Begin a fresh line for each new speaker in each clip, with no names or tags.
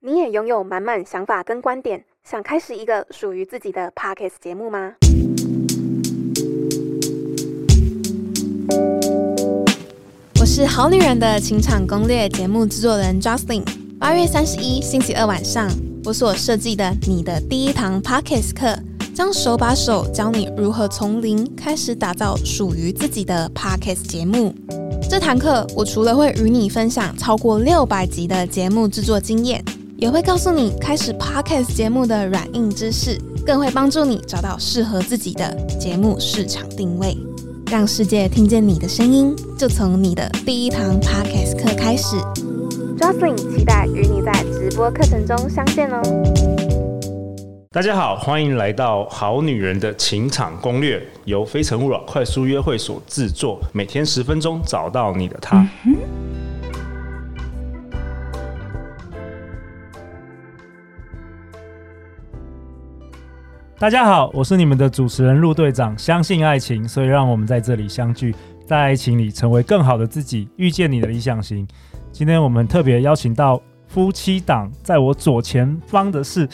你也拥有满满想法跟观点，想开始一个属于自己的 podcast 节目吗？
我是《好女人的情场攻略》节目制作人 Jocelyn。八月三十一星期二晚上，我所设计的你的第一堂 podcast 课，将手把手教你如何从零开始打造属于自己的 podcast 节目。这堂课我除了会与你分享超过六百集的节目制作经验，也会告诉你开始 podcast 节目的软硬知识，更会帮助你找到适合自己的节目市场定位，让世界听见你的声音。就从你的第一堂 podcast 课开始。
Jocelyn 期待与你在直播课程中相见哦。
大家好，欢迎来到《好女人的情场攻略》，由非诚勿扰快速约会所制作，每天十分钟，找到你的他。
大家好，我是你们的主持人陆队长。相信爱情，所以让我们在这里相聚，在爱情里成为更好的自己，遇见你的理想型。今天我们特别邀请到夫妻档，在我左前方的是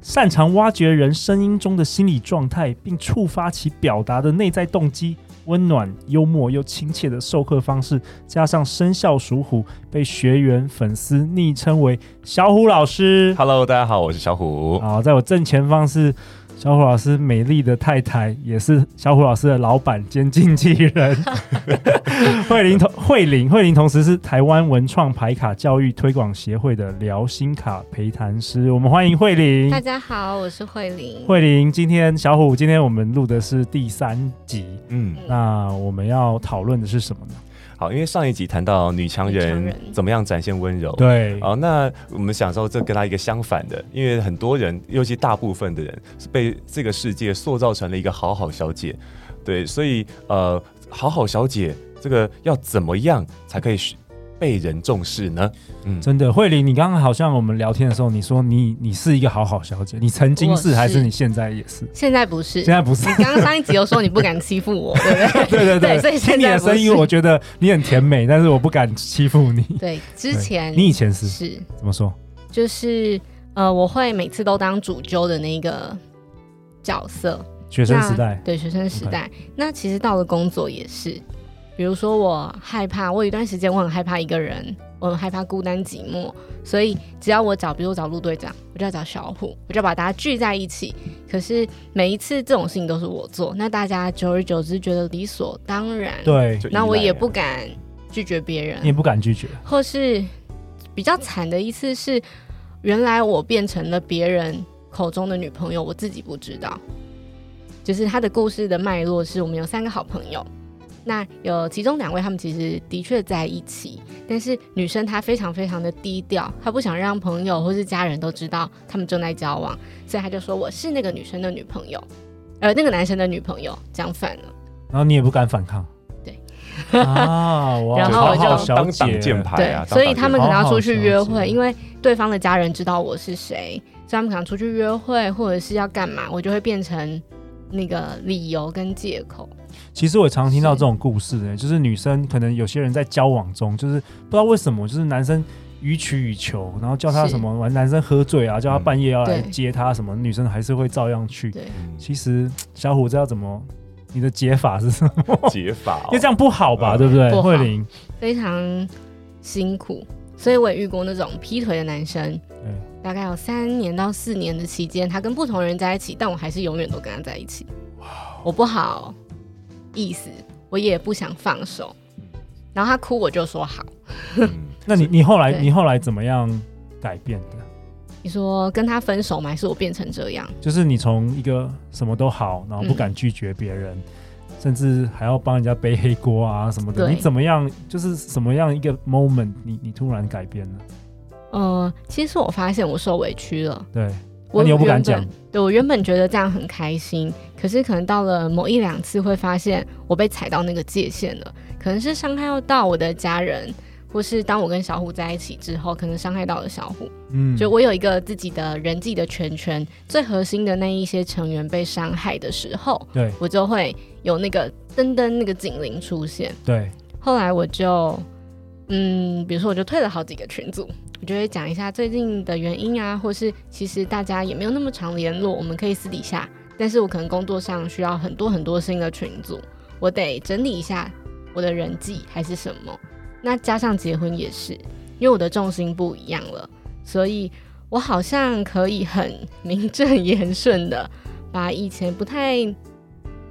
擅长挖掘人声音中的心理状态，并触发其表达的内在动机。温暖、幽默又亲切的授课方式，加上生肖属虎，被学员粉丝昵称为“小虎老师”。
Hello，大家好，我是小虎。
好，哦在我正前方是小虎老师美丽的太太，也是小虎老师的老板兼经纪人 慧玲同慧玲慧玲，同时是台湾文创牌卡教育推广协会的聊心卡陪谈师。我们欢迎慧玲
大。家好，我是慧玲。
慧玲，今天小虎，今天我们录的是第三集，
嗯，
那我们要讨论的是什么呢？
好，因为上一集谈到女强
女强
人
人
怎么样展现温柔，，
对，
好，那我们想说这跟她一个相反的，因为很多人，尤其大部分的人是被这个世界塑造成了一个好好小姐，对，所以呃，好好小姐这个要怎么样才可以被人重视呢？嗯，
真的，慧玲，你刚刚好像我们聊天的时候，你说你你是一个好好小姐，你曾经
我
是还是
是
你现在也是？
现在不是，
现在不是，
刚刚上一集有说你不敢欺负我，对不对？
对对对，
对所以
听
现
你的
在不
声音，
是
我觉得你很甜美，但是我不敢欺负你。
对，之前
你以前是
是
怎么说？
就是呃，我会每次都当主揪的那个角色，
学生时代
那，对学生时代。那其实到了工作也是，比如说我害怕，我有一段时间我很害怕一个人，我很害怕孤单寂寞，所以只要我找，比如我找陆队长，我就要找小虎，我就要把大家聚在一起。可是每一次这种事情都是我做，那大家久而久之觉得理所当然，，
对，
就依
那我
赖
也
啊
不敢拒绝别人
你，也不敢拒绝，
或是比较惨的一次是，原来我变成了别人口中的女朋友，我自己不知道。就是他的故事的脉络是我们有三个好朋友，那有其中两位他们其实的确在一起，但是女生她非常非常的低调，她不想让朋友或是家人都知道他们正在交往，所以她就说我是那个女生的女朋友，呃，那个男生的女朋友，讲反了。
然后你也不敢反抗。啊，哇
然后
好
我就
好小
当挡
姐，
箭牌啊，当
所
挡
以他
箭
们
牌
可能要
好
出
好
去
小
约
姐
会，因为对方的家人知道我是谁，所以他们可能出去约会或者是要干嘛，我就会变成那个理由跟借口。
其实我常听到这种故事、欸，就是女生可能有些人在交往中，就是不知道为什么，就是男生予取予求，然后叫他
是
什么，完男生喝醉啊，叫他
嗯
半夜要来
对
接他什么，女生还是会照样去。
对，
嗯
其实小虎知道怎么，你的解法是什么？
解法哦，
因为这样不好吧，
嗯
对不对？
不好
慧玲，
非常辛苦，所以我也遇过那种劈腿的男生，大概有三年到四年的期间，他跟不同人在一起，但我还是永远都跟他在一起。我不好意思，我也不想放手，然后他哭我就说好。
嗯
那你你后来
对
你后来怎么样改变的？
你说跟他分手吗？还是我变成这样？
就是你从一个什么都好，然后
嗯
不敢拒绝别人，甚至还要帮人家背黑锅啊什么的，
对
你怎么样？就是什么样一个 moment，你你突然改变了？
呃，其实我发现我受委屈了，
对，那
我
啊你又不敢
原本
讲。
对我原本觉得这样很开心，可是可能到了某一两次，会发现我被踩到那个界限了，可能是伤害到我的家人，或是当我跟小虎在一起之后，可能伤害到了小虎。
嗯，
就我有一个自己的人际的圈圈，最核心的那一些成员被伤害的时候，
对
我就会有那个噔噔那个警铃出现。
对，
后来我就嗯，比如说我就退了好几个群组，我就会讲一下最近的原因啊，或是其实大家也没有那么常联络，我们可以私底下，但是我可能工作上需要很多很多新的群组，我得整理一下我的人际还是什么。那加上结婚也是，因为我的重心不一样了，所以我好像可以很名正言顺的把以前不太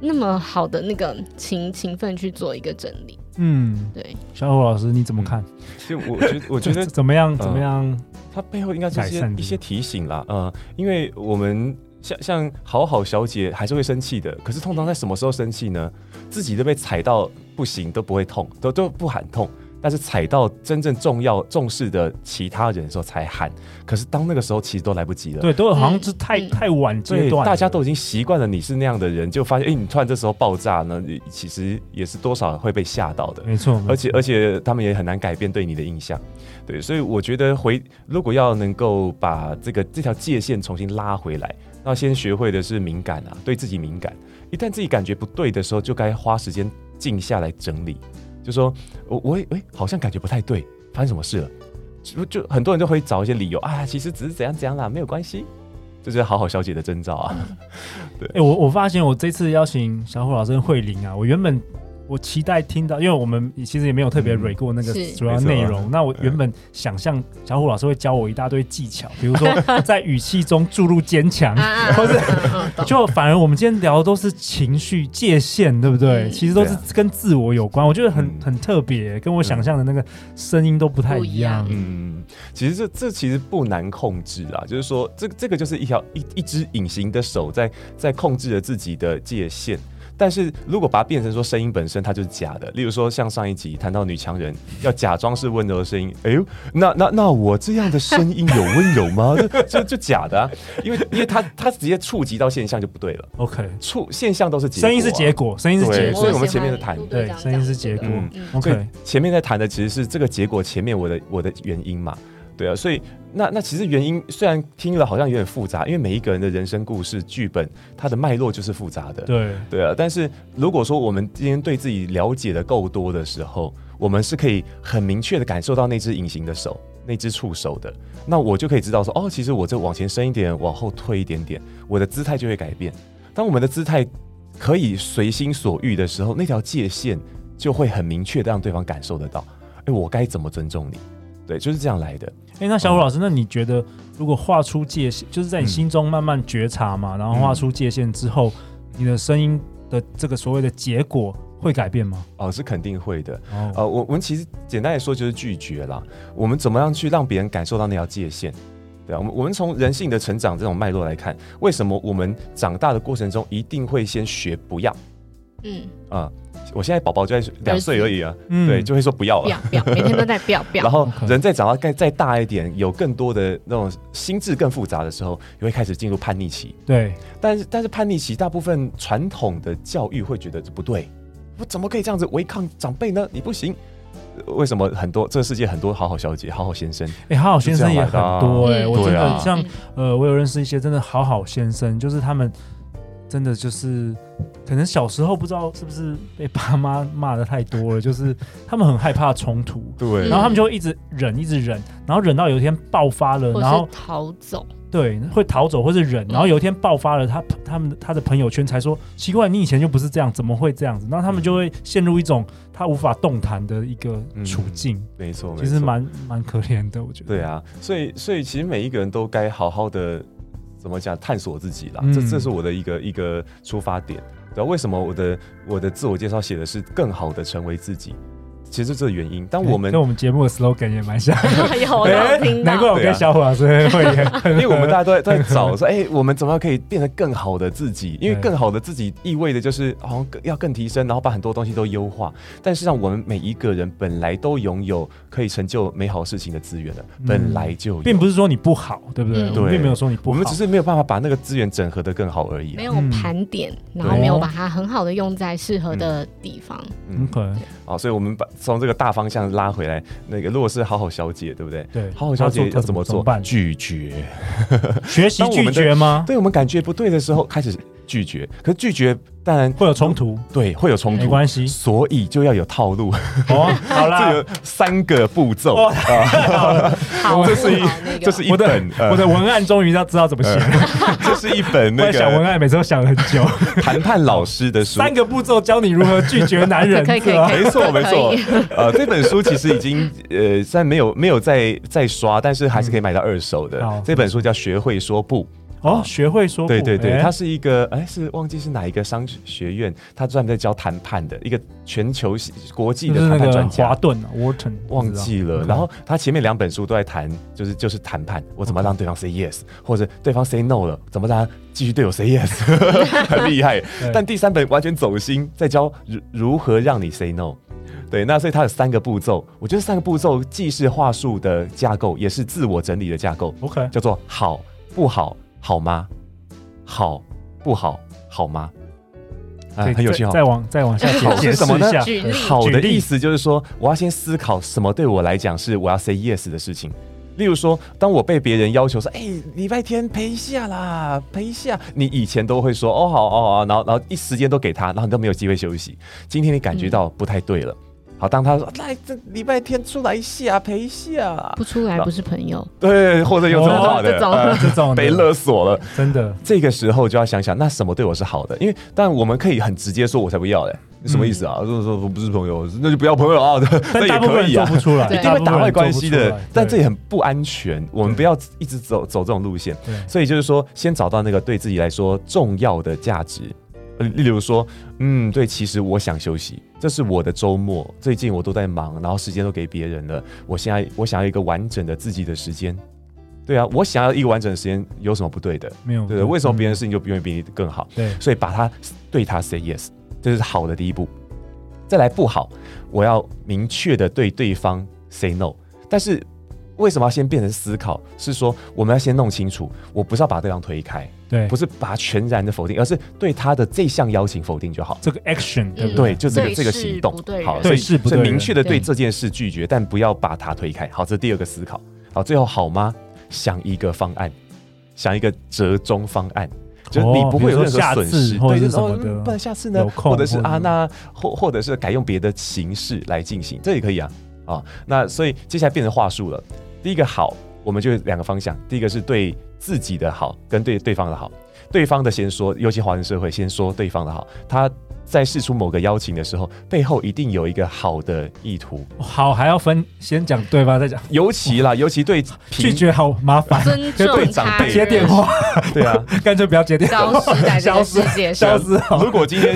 那么好的那个情情分去做一个整理。
嗯，
对，
小虎老师你怎么看？
其实我觉得，嗯我觉
这
得
这怎么样？怎么样？
它背后应该是一
改善
些
的
一些提醒啦，呃，因为我们像像好好小姐还是会生气的，可是通常在什么时候生气呢？自己都被踩到不行都不会痛，都都不喊痛，但是踩到真正重要重视的其他人的时候才喊，可是当那个时候其实都来不及了。
对，都好像是太
嗯
太晚阶
呃对，
段了，
大家都已经习惯了你是那样的人，就发现，哎、你突然这时候爆炸呢，你其实也是多少会被吓到的。
没错，
而
没错
且而且他们也很难改变对你的印象，对，所以我觉得回如果要能够把这个这条界限重新拉回来，那先学会的是敏感啊，对自己敏感。一旦自己感觉不对的时候，就该花时间静下来整理，就说我我也诶、好像感觉不太对，发生什么事了？就就很多人都会找一些理由啊，其实只是怎样怎样啦，没有关系。这就是好好小姐的征兆啊！
哎、我我发现我这次邀请小虎老师跟慧玲啊，我原本我期待听到，因为我们其实也没有特别
嗯
蕊过那个
是
主要
没错啊
内容。那我原本想象小虎老师会教我一大堆技巧，比如说在语气中注入坚强
啊，啊，
或是
啊 啊
就反而我们今天聊的都是情绪界限，对不对？
嗯
其实都是
对啊
跟自我有关，我觉得很、
嗯
很特别，跟我想象的那个声音都不太一样。
不一样
嗯，其实这这其实不难控制啊，就是说这这个就是一条一一只隐形的手在在控制着自己的界限。但是如果把它变成说声音本身它就是假的，例如说像上一集谈到女强人要假装是温柔的声音，哎呦，那那那我这样的声音有温柔吗？ 这这就假的啊，因为因为它它直接触及到现象就不对了，
OK，
触现象都是结果啊
声音是结果，声音是结
对
果
所以我们前面的谈
我喜欢
对
陆队长
声音是
讲的
结
这个
果
嗯
所以
，OK，
前面在谈的其实是这个结果前面我的我的原因嘛，对啊，所以那那其实原因虽然听了好像有点复杂，因为每一个人的人生故事剧本它的脉络就是复杂的，
对。
对啊，但是如果说我们今天对自己了解的够多的时候，我们是可以很明确的感受到那只隐形的手，那只触手的，那我就可以知道说，哦，其实我这往前伸一点，往后退一点点，我的姿态就会改变。当我们的姿态可以随心所欲的时候，那条界限就会很明确的让对方感受得到，哎，我该怎么尊重你？对，就是这样来的。
哎、那小虎老师，那你觉得如果画出界限，就是在你心中慢慢觉察嘛，然后画出界限之后，你的声音的这个所谓的结果会改变吗？
哦，是肯定会的。
哦，
呃，我我们其实简单来说就是拒绝啦。我们怎么样去让别人感受到那条界限？对啊，我们我们从人性的成长这种脉络来看，为什么我们长大的过程中一定会先学不要
嗯，
啊、我现在宝宝就在两岁而已啊，
嗯
对，就会说不要
不
了。
要不要，每天都在不要不
然
要，
后
OK
人再长到再再大一点，有更多的那种心智更复杂的时候，也会开始进入叛逆期。
对，
但是但是叛逆期，大部分传统的教育会觉得这不对，我怎么可以这样子违抗长辈呢？你不行。呃为什么很多这个世界很多好好小姐、好好先生？
哎、好好先生也很多
就这
哎、
样来的啊嗯
我真
对
的
啊
像、
嗯
呃，我有认识一些真的好好先生，就是他们真的就是可能小时候不知道是不是被爸妈骂的太多了，就是他们很害怕冲突，
对
然后他们就会一直忍，一直忍，然后忍到有一天爆发了，
或
然后
是逃走，
对，会逃走或是忍，
嗯
然后有一天爆发了，他他们他的朋友圈才说奇怪，你以前就不是这样，怎么会这样子？然后他们就会陷入一种他无法动弹的一个处境，
嗯没错，
其实
没错
蛮蛮可怜的，我觉得。
对啊，所以所以其实每一个人都该好好的怎么讲探索自己啦，
嗯
这这是我的一个一个出发点。对、啊，为什么我的我的自我介绍写的是更好的成为自己？其实这是原因，当
对
我们啊
跟我们节目的 slogan 也蛮像，
有 我有听
难怪
到，
我跟小虎老师会 很，
因为我们大家都在都在找说，哎、我们怎么样可以变得更好的自己？因为更好的自己意味着就是好像更要更提升，然后把很多东西都优化。但事实上，我们每一个人本来都拥有可以成就美好事情的资源的，
嗯
本来就有。
并不是说你不好，对不对？
嗯
我们
对
并没有说你不
我
好，
们只是没有办法把那个资源整合的更好而已、
没
啊。
有
嗯
盘点，然后
对
没有把它很好的用在适合的地方，
嗯
很，可能
好，所以我们把从这个大方向拉回来。那个如果是好好小姐，对不对？
对。
好好小姐要怎么
怎么
做？
办
拒绝。
学习
当我
拒
们的
绝吗？
对我们感觉不对的时候，开始拒绝，可是拒绝当然
会有冲突，
对会有冲突，
没关系
所以就要有 套路，
哦，好
这
啦
有，三个步骤
哇
啊，
好，
这是一
不好那个
这是一
我的
本呃
我的文案终于要知道怎么写，
呃 这是一本
我
那
在想文
个
案每次都想很 久，
谈判老师的书，
三个步骤教你如何拒绝男人，
可以可以
是吧
可以
没错，没错
可。
呃，这本书其实已经呃，虽然没有没有在在刷，但是还是可以买到二手的。
嗯好
这本书叫《学会说不》，
哦，学会说不，
对对对，
哎
它是一个哎，是忘记是哪一个商学院，它专门在教谈判的一个全球系国际
就
的
是那
谈判
个
专家
华。顿啊，Wharton，
忘记了，然
后
后他前面两本书都在谈，就是就是谈判，我怎么让对方 say yes，或者对方 say no 了，怎么让他继续对我 say yes，很厉害。但第三本完全走心，在教如如何让你 say no。对，那所以它有三个步骤，我觉得三个步骤既是话术的架构，也是自我整理的架构，
OK，
叫做好不好好吗？好不好好吗？啊，
可以
很有
再
趣哦。
再往再往下
好
解
是
释
什么
一
呢
下，
举例
好
举
的
例
意思就是说，我要先思考什么对我来讲是我要 say yes 的事情。例如说，当我被别人要求说：“哎、礼拜天陪一下啦，陪一下。”你以前都会说：“哦，好，哦，好然后，然后一时间都给他，然后你都没有机会休息。今天你感觉到
嗯
不太对了。好，当他说：“来，这礼拜天出来一下，陪一下。
不出来不是朋友，”
对，或者用这种话的，
哦这种
呃
这种的
被勒索了。
真 的
这个时候就要想想，那什么对我是好的？因为，但我们可以很直接说，我才不要嘞、你什么意思啊？就是说不是朋友，那就不要朋友 啊。那
但
也
大部
可
分人
以
做
啊，
不出来，
对
一定会打坏关
大
系
部分人做
的
不出来。
但这也
对
很不安全，我们
对
不要一直走走这种路线。
对
所以就是说，先找到那个对自己来说重要的价值。呃例如说，嗯，对，其实我想休息，这是我的周末，最近我都在忙，然后时间都给别人了。我现在我想要一个完整的自己的时间。对啊，我想要一个完整的时间，有什么不对的？
没有
对对，为什么别人的
嗯
事情就永远比你更好？
对
所以把他对他 say yes，这是好的第一步。再来不好，我要明确的对对方 say no。但是为什么要先变成思考？是说我们要先弄清楚，我不是要把对方推开，
对
不是把他全然的否定，而是对他的这项邀请否定就好。
这个 action 对不
对，就这个
对
这个
事
行动
不对，人
好，
对
所以
事不
所以
对人
明确的对
对
这件事拒绝，但不要把它推开。好，这是第二个思考。好，最后好吗？想一个方案，想一个折中方案，就是你不会有任何损失，
哦哦比如说下次或者
对，
是
就是
什么
哦
的
嗯不然下次呢
有，空
或者是
或者
啊，
是
那或或者是改用别的形式来进行，这也可以啊。啊，那所以接下来变成话术了。第一个好，我们就有两个方向，第一个是对自己的好，跟对对方的好。对方的先说，尤其华人社会先说对方的好。他在试出某个邀请的时候，背后一定有一个好的意图。
好还要分先讲对方再讲
尤其啦，尤其对
哦拒
平
绝好麻烦，
尊
就
对
重
长
他
辈
人
接电话，
对 啊，
干脆不要接电话，
消失在这
消
个
失
世界
消
上。
失好
如果 今天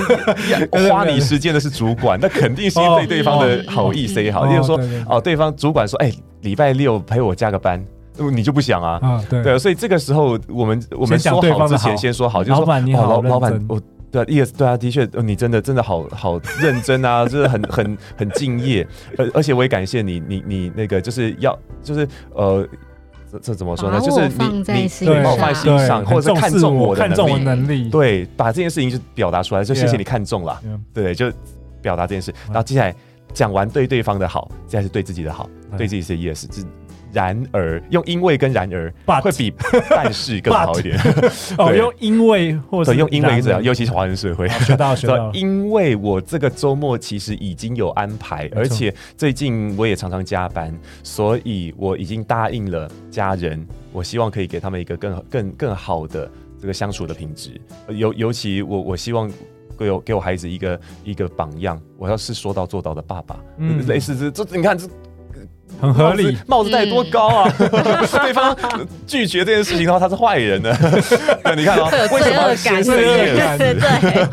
花你时间的是主管，那肯定先对对方的好意 say 好，
哦
例如说
对对对
哦，对方主管说，哎，礼拜六陪我加个班，嗯你就不想啊？
啊，对
对啊，所以这个时候我们我们
先讲
说
对方
好
的
之
好
前先说好，就是
老
说
板你好
哦老老
认
板
真
我。对啊，yes，对啊，的确，呃你真的真的好好认真啊， 就是很很很敬业，而而且我也感谢你，你你那个就是要就是呃，这这怎么说呢？
把
就
我
是你
放在
你
心
你把我
上
放在
对
心上，或者是
很
看
重视
重我的
看
能
重
力
我能力，
对，把这件事情就表达出来，就
嗯
谢
Yeah
谢你看中了
Yeah
对，就表达这件事。
嗯
然后接下来讲完对对方的好，接下来是对自己的好，
嗯
对自己是 yes，只然而用因为跟然而
But
会比但是更好一点。
哦，
对
用因为或者
对，
是
用因为是这
然
样，
而
尤其是华人社会。
好学到 了学到
说
了，
因为我这个周末其实已经有安排，
错
而且最近我也常常加班，所以我已经答应了家人，我希望可以给他们一个更更更好的这个相处的品质。呃尤尤其我我希望。给我给我孩子一个一个榜样，我要是说到做到的爸爸，
嗯
类似这这，你看这
很合
帽
理
子，帽子戴多高 啊！对方拒绝这件事情的话，他是坏人呢。 对，你看啊、
会有
为什
罪
么要
恶
先 say
感，
罪恶
yes？
感
对对，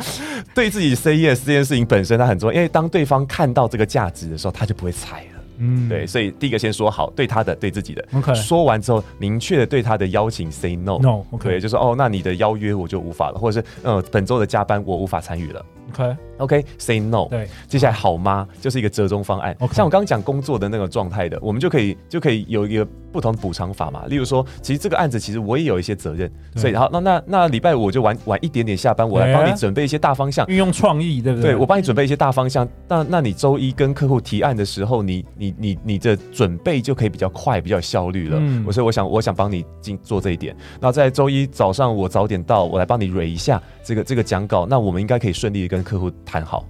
对自己 say yes 这件事情本身它很重要，因为当对方看到这个价值的时候，他就不会猜了。
嗯，
对，所以第一个先说好，对他的，对自己的。
OK
说完之后，明确的对他的邀请 say no。
，no，OK，
对，就是哦，那你的邀约我就无法了，或者是呃，本周的加班我无法参与了，
OK，
OK，say、no。
对，
接下来好吗就是一个折中方案。
OK
像我刚刚讲工作的那个状态的，我们就可以就可以有一个不同的补偿法嘛。例如说，其实这个案子其实我也有一些责任，
对
所以好，那那那礼拜五我就晚晚一点点下班，我来
哎
帮你准备一些大方向。
运用创意，对不对？
对，我帮你准备一些大方向。那那你周一跟客户提案的时候，你你你你的准备就可以比较快，比较有效率了。
嗯
我所以我想我想帮你进做这一点。那在周一早上我早点到，我来帮你蕊一下这个这个讲稿。那我们应该可以顺利的跟客户谈好，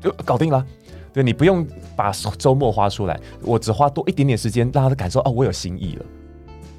就搞定了。对你不用把周末花出来，我只花多一点点时间，让他感受哦，我有心意了。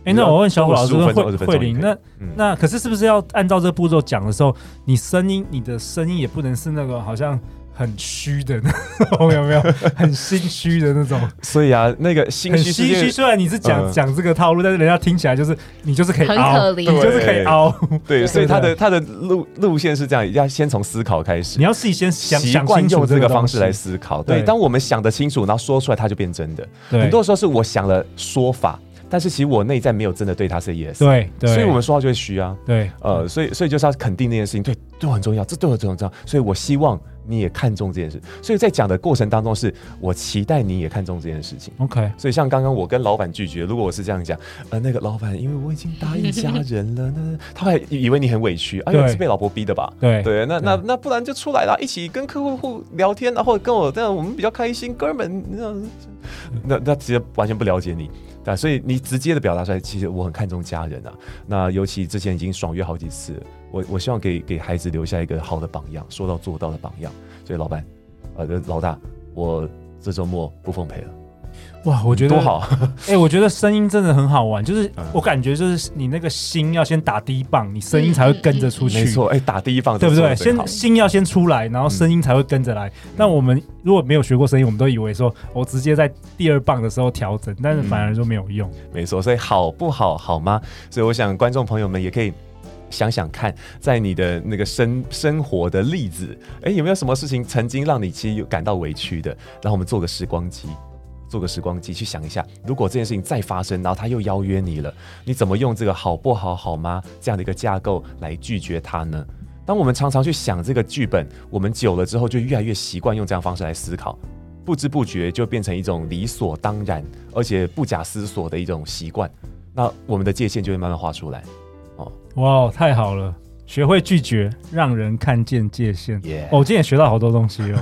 哎，那我问小虎老师
15
跟
分钟
慧
20分钟
慧玲，
也可以
那
嗯，
那可是是不是要按照这步骤讲的时候，你声音你的声音也不能是那个好像很虚的那种， 有没有？很心虚的那种，
所以啊，那个心
很
虚是
心
因为
虚。虽然你是讲
嗯
讲这个套路，但是人家听起来就是你就是可以
很
凹，
可
你
怜
就是可以凹。
对，所以
对
他
对
的他的路路线是这样，要先从思考开始
你。要自己先想
习
想
惯
清楚
用这
个
个方式来
东西，
思考。
对
对，当我们想得清楚，然后说出来，它就变真的。
对
很多时候是我想了说法，但是其实我内在没有真的对它 say yes。，
对对，嗯
所以我们说话就会虚啊。
对
呃，所以所以就是要肯定那件事情，对，对我很重要，这对我很重要。所以我希望你也看重这件事。所以在讲的过程当中是，我期待你也看重这件事情。
OK
所以像刚刚我跟老板拒绝，如果我是这样讲，呃，那个老板，因为我已经答应家人了，那他还以为你很委屈，哎呦，
对
是被老婆逼的吧？
对
对，那那那不然就出来啦，一起跟客户互聊天，然后跟我这样，我们比较开心，哥们，那那那其实完全不了解你，对啊，所以你直接的表达出来，其实我很看重家人啊。那尤其之前已经爽约好几次了，我我希望给给孩子留下一个好的榜样，说到做到的榜样。所以老板，呃，老大，我这周末不奉陪了，
哇，我觉得
多好啊！
哎、我觉得声音真的很好玩，就是
嗯
我感觉就是你那个心要先打第一棒，你声音才会跟着出去，
没错，哎，打第一棒，
对不
这
对？
个做得最好嗯
先心要先出来，然后声音才会跟着来。那我们如果没有学过声音，我们都以为说我直接在第二棒的时候调整，但是反
嗯
而就没有用。
没错，所以好不好好吗？所以我想观众朋友们也可以。想想看，在你的那个生生活的例子，哎，有没有什么事情曾经让你其实有感到委屈的？然后我们做个时光机，做个时光机去想一下，如果这件事情再发生，然后他又邀约你了，你怎么用这个好不好好吗这样的一个架构来拒绝他呢？当我们常常去想这个剧本，我们久了之后就越来越习惯用这样的方式来思考，不知不觉就变成一种理所当然，而且不假思索的一种习惯。那我们的界限就会慢慢画出来。
哇，太好了！学会拒绝，让人看见界限。
耶、
哦，我今天也学到好多东西 哦，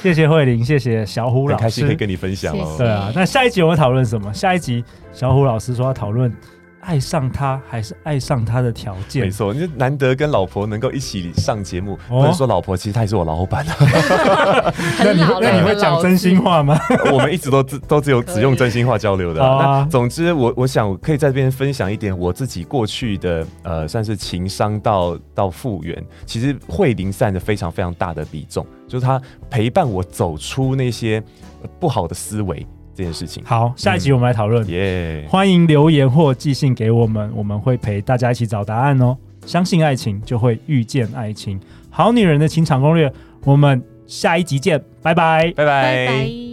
谢谢慧玲，谢谢小虎
很
老
开心可以
师。
跟你分享哦。
对啊，那下一集我们讨论什么？下一集小虎老师说要讨论爱上他还是爱上他的条件
没。错，你就难得跟老婆能够一起上节目，
哦
不能说老婆，其实她也是我老板 啊。
那
很
你
老
那
了
你会
很老
讲真心
字
话吗？
我们一直都只都只有只用真心话交流的
好啊
啊。那总之，我我想我可以在这边分享一点我自己过去的呃，算是情商到到复原，其实慧玲占着非常非常大的比重，就是她陪伴我走出那些呃不好的思维这件事情。
好，下一集我们来讨论。
耶、
欢迎留言或寄信给我们，我们会陪大家一起找答案哦。相信爱情，就会遇见爱情。好女人的情场攻略，我们下一集见，拜拜。
拜
拜
拜。
拜。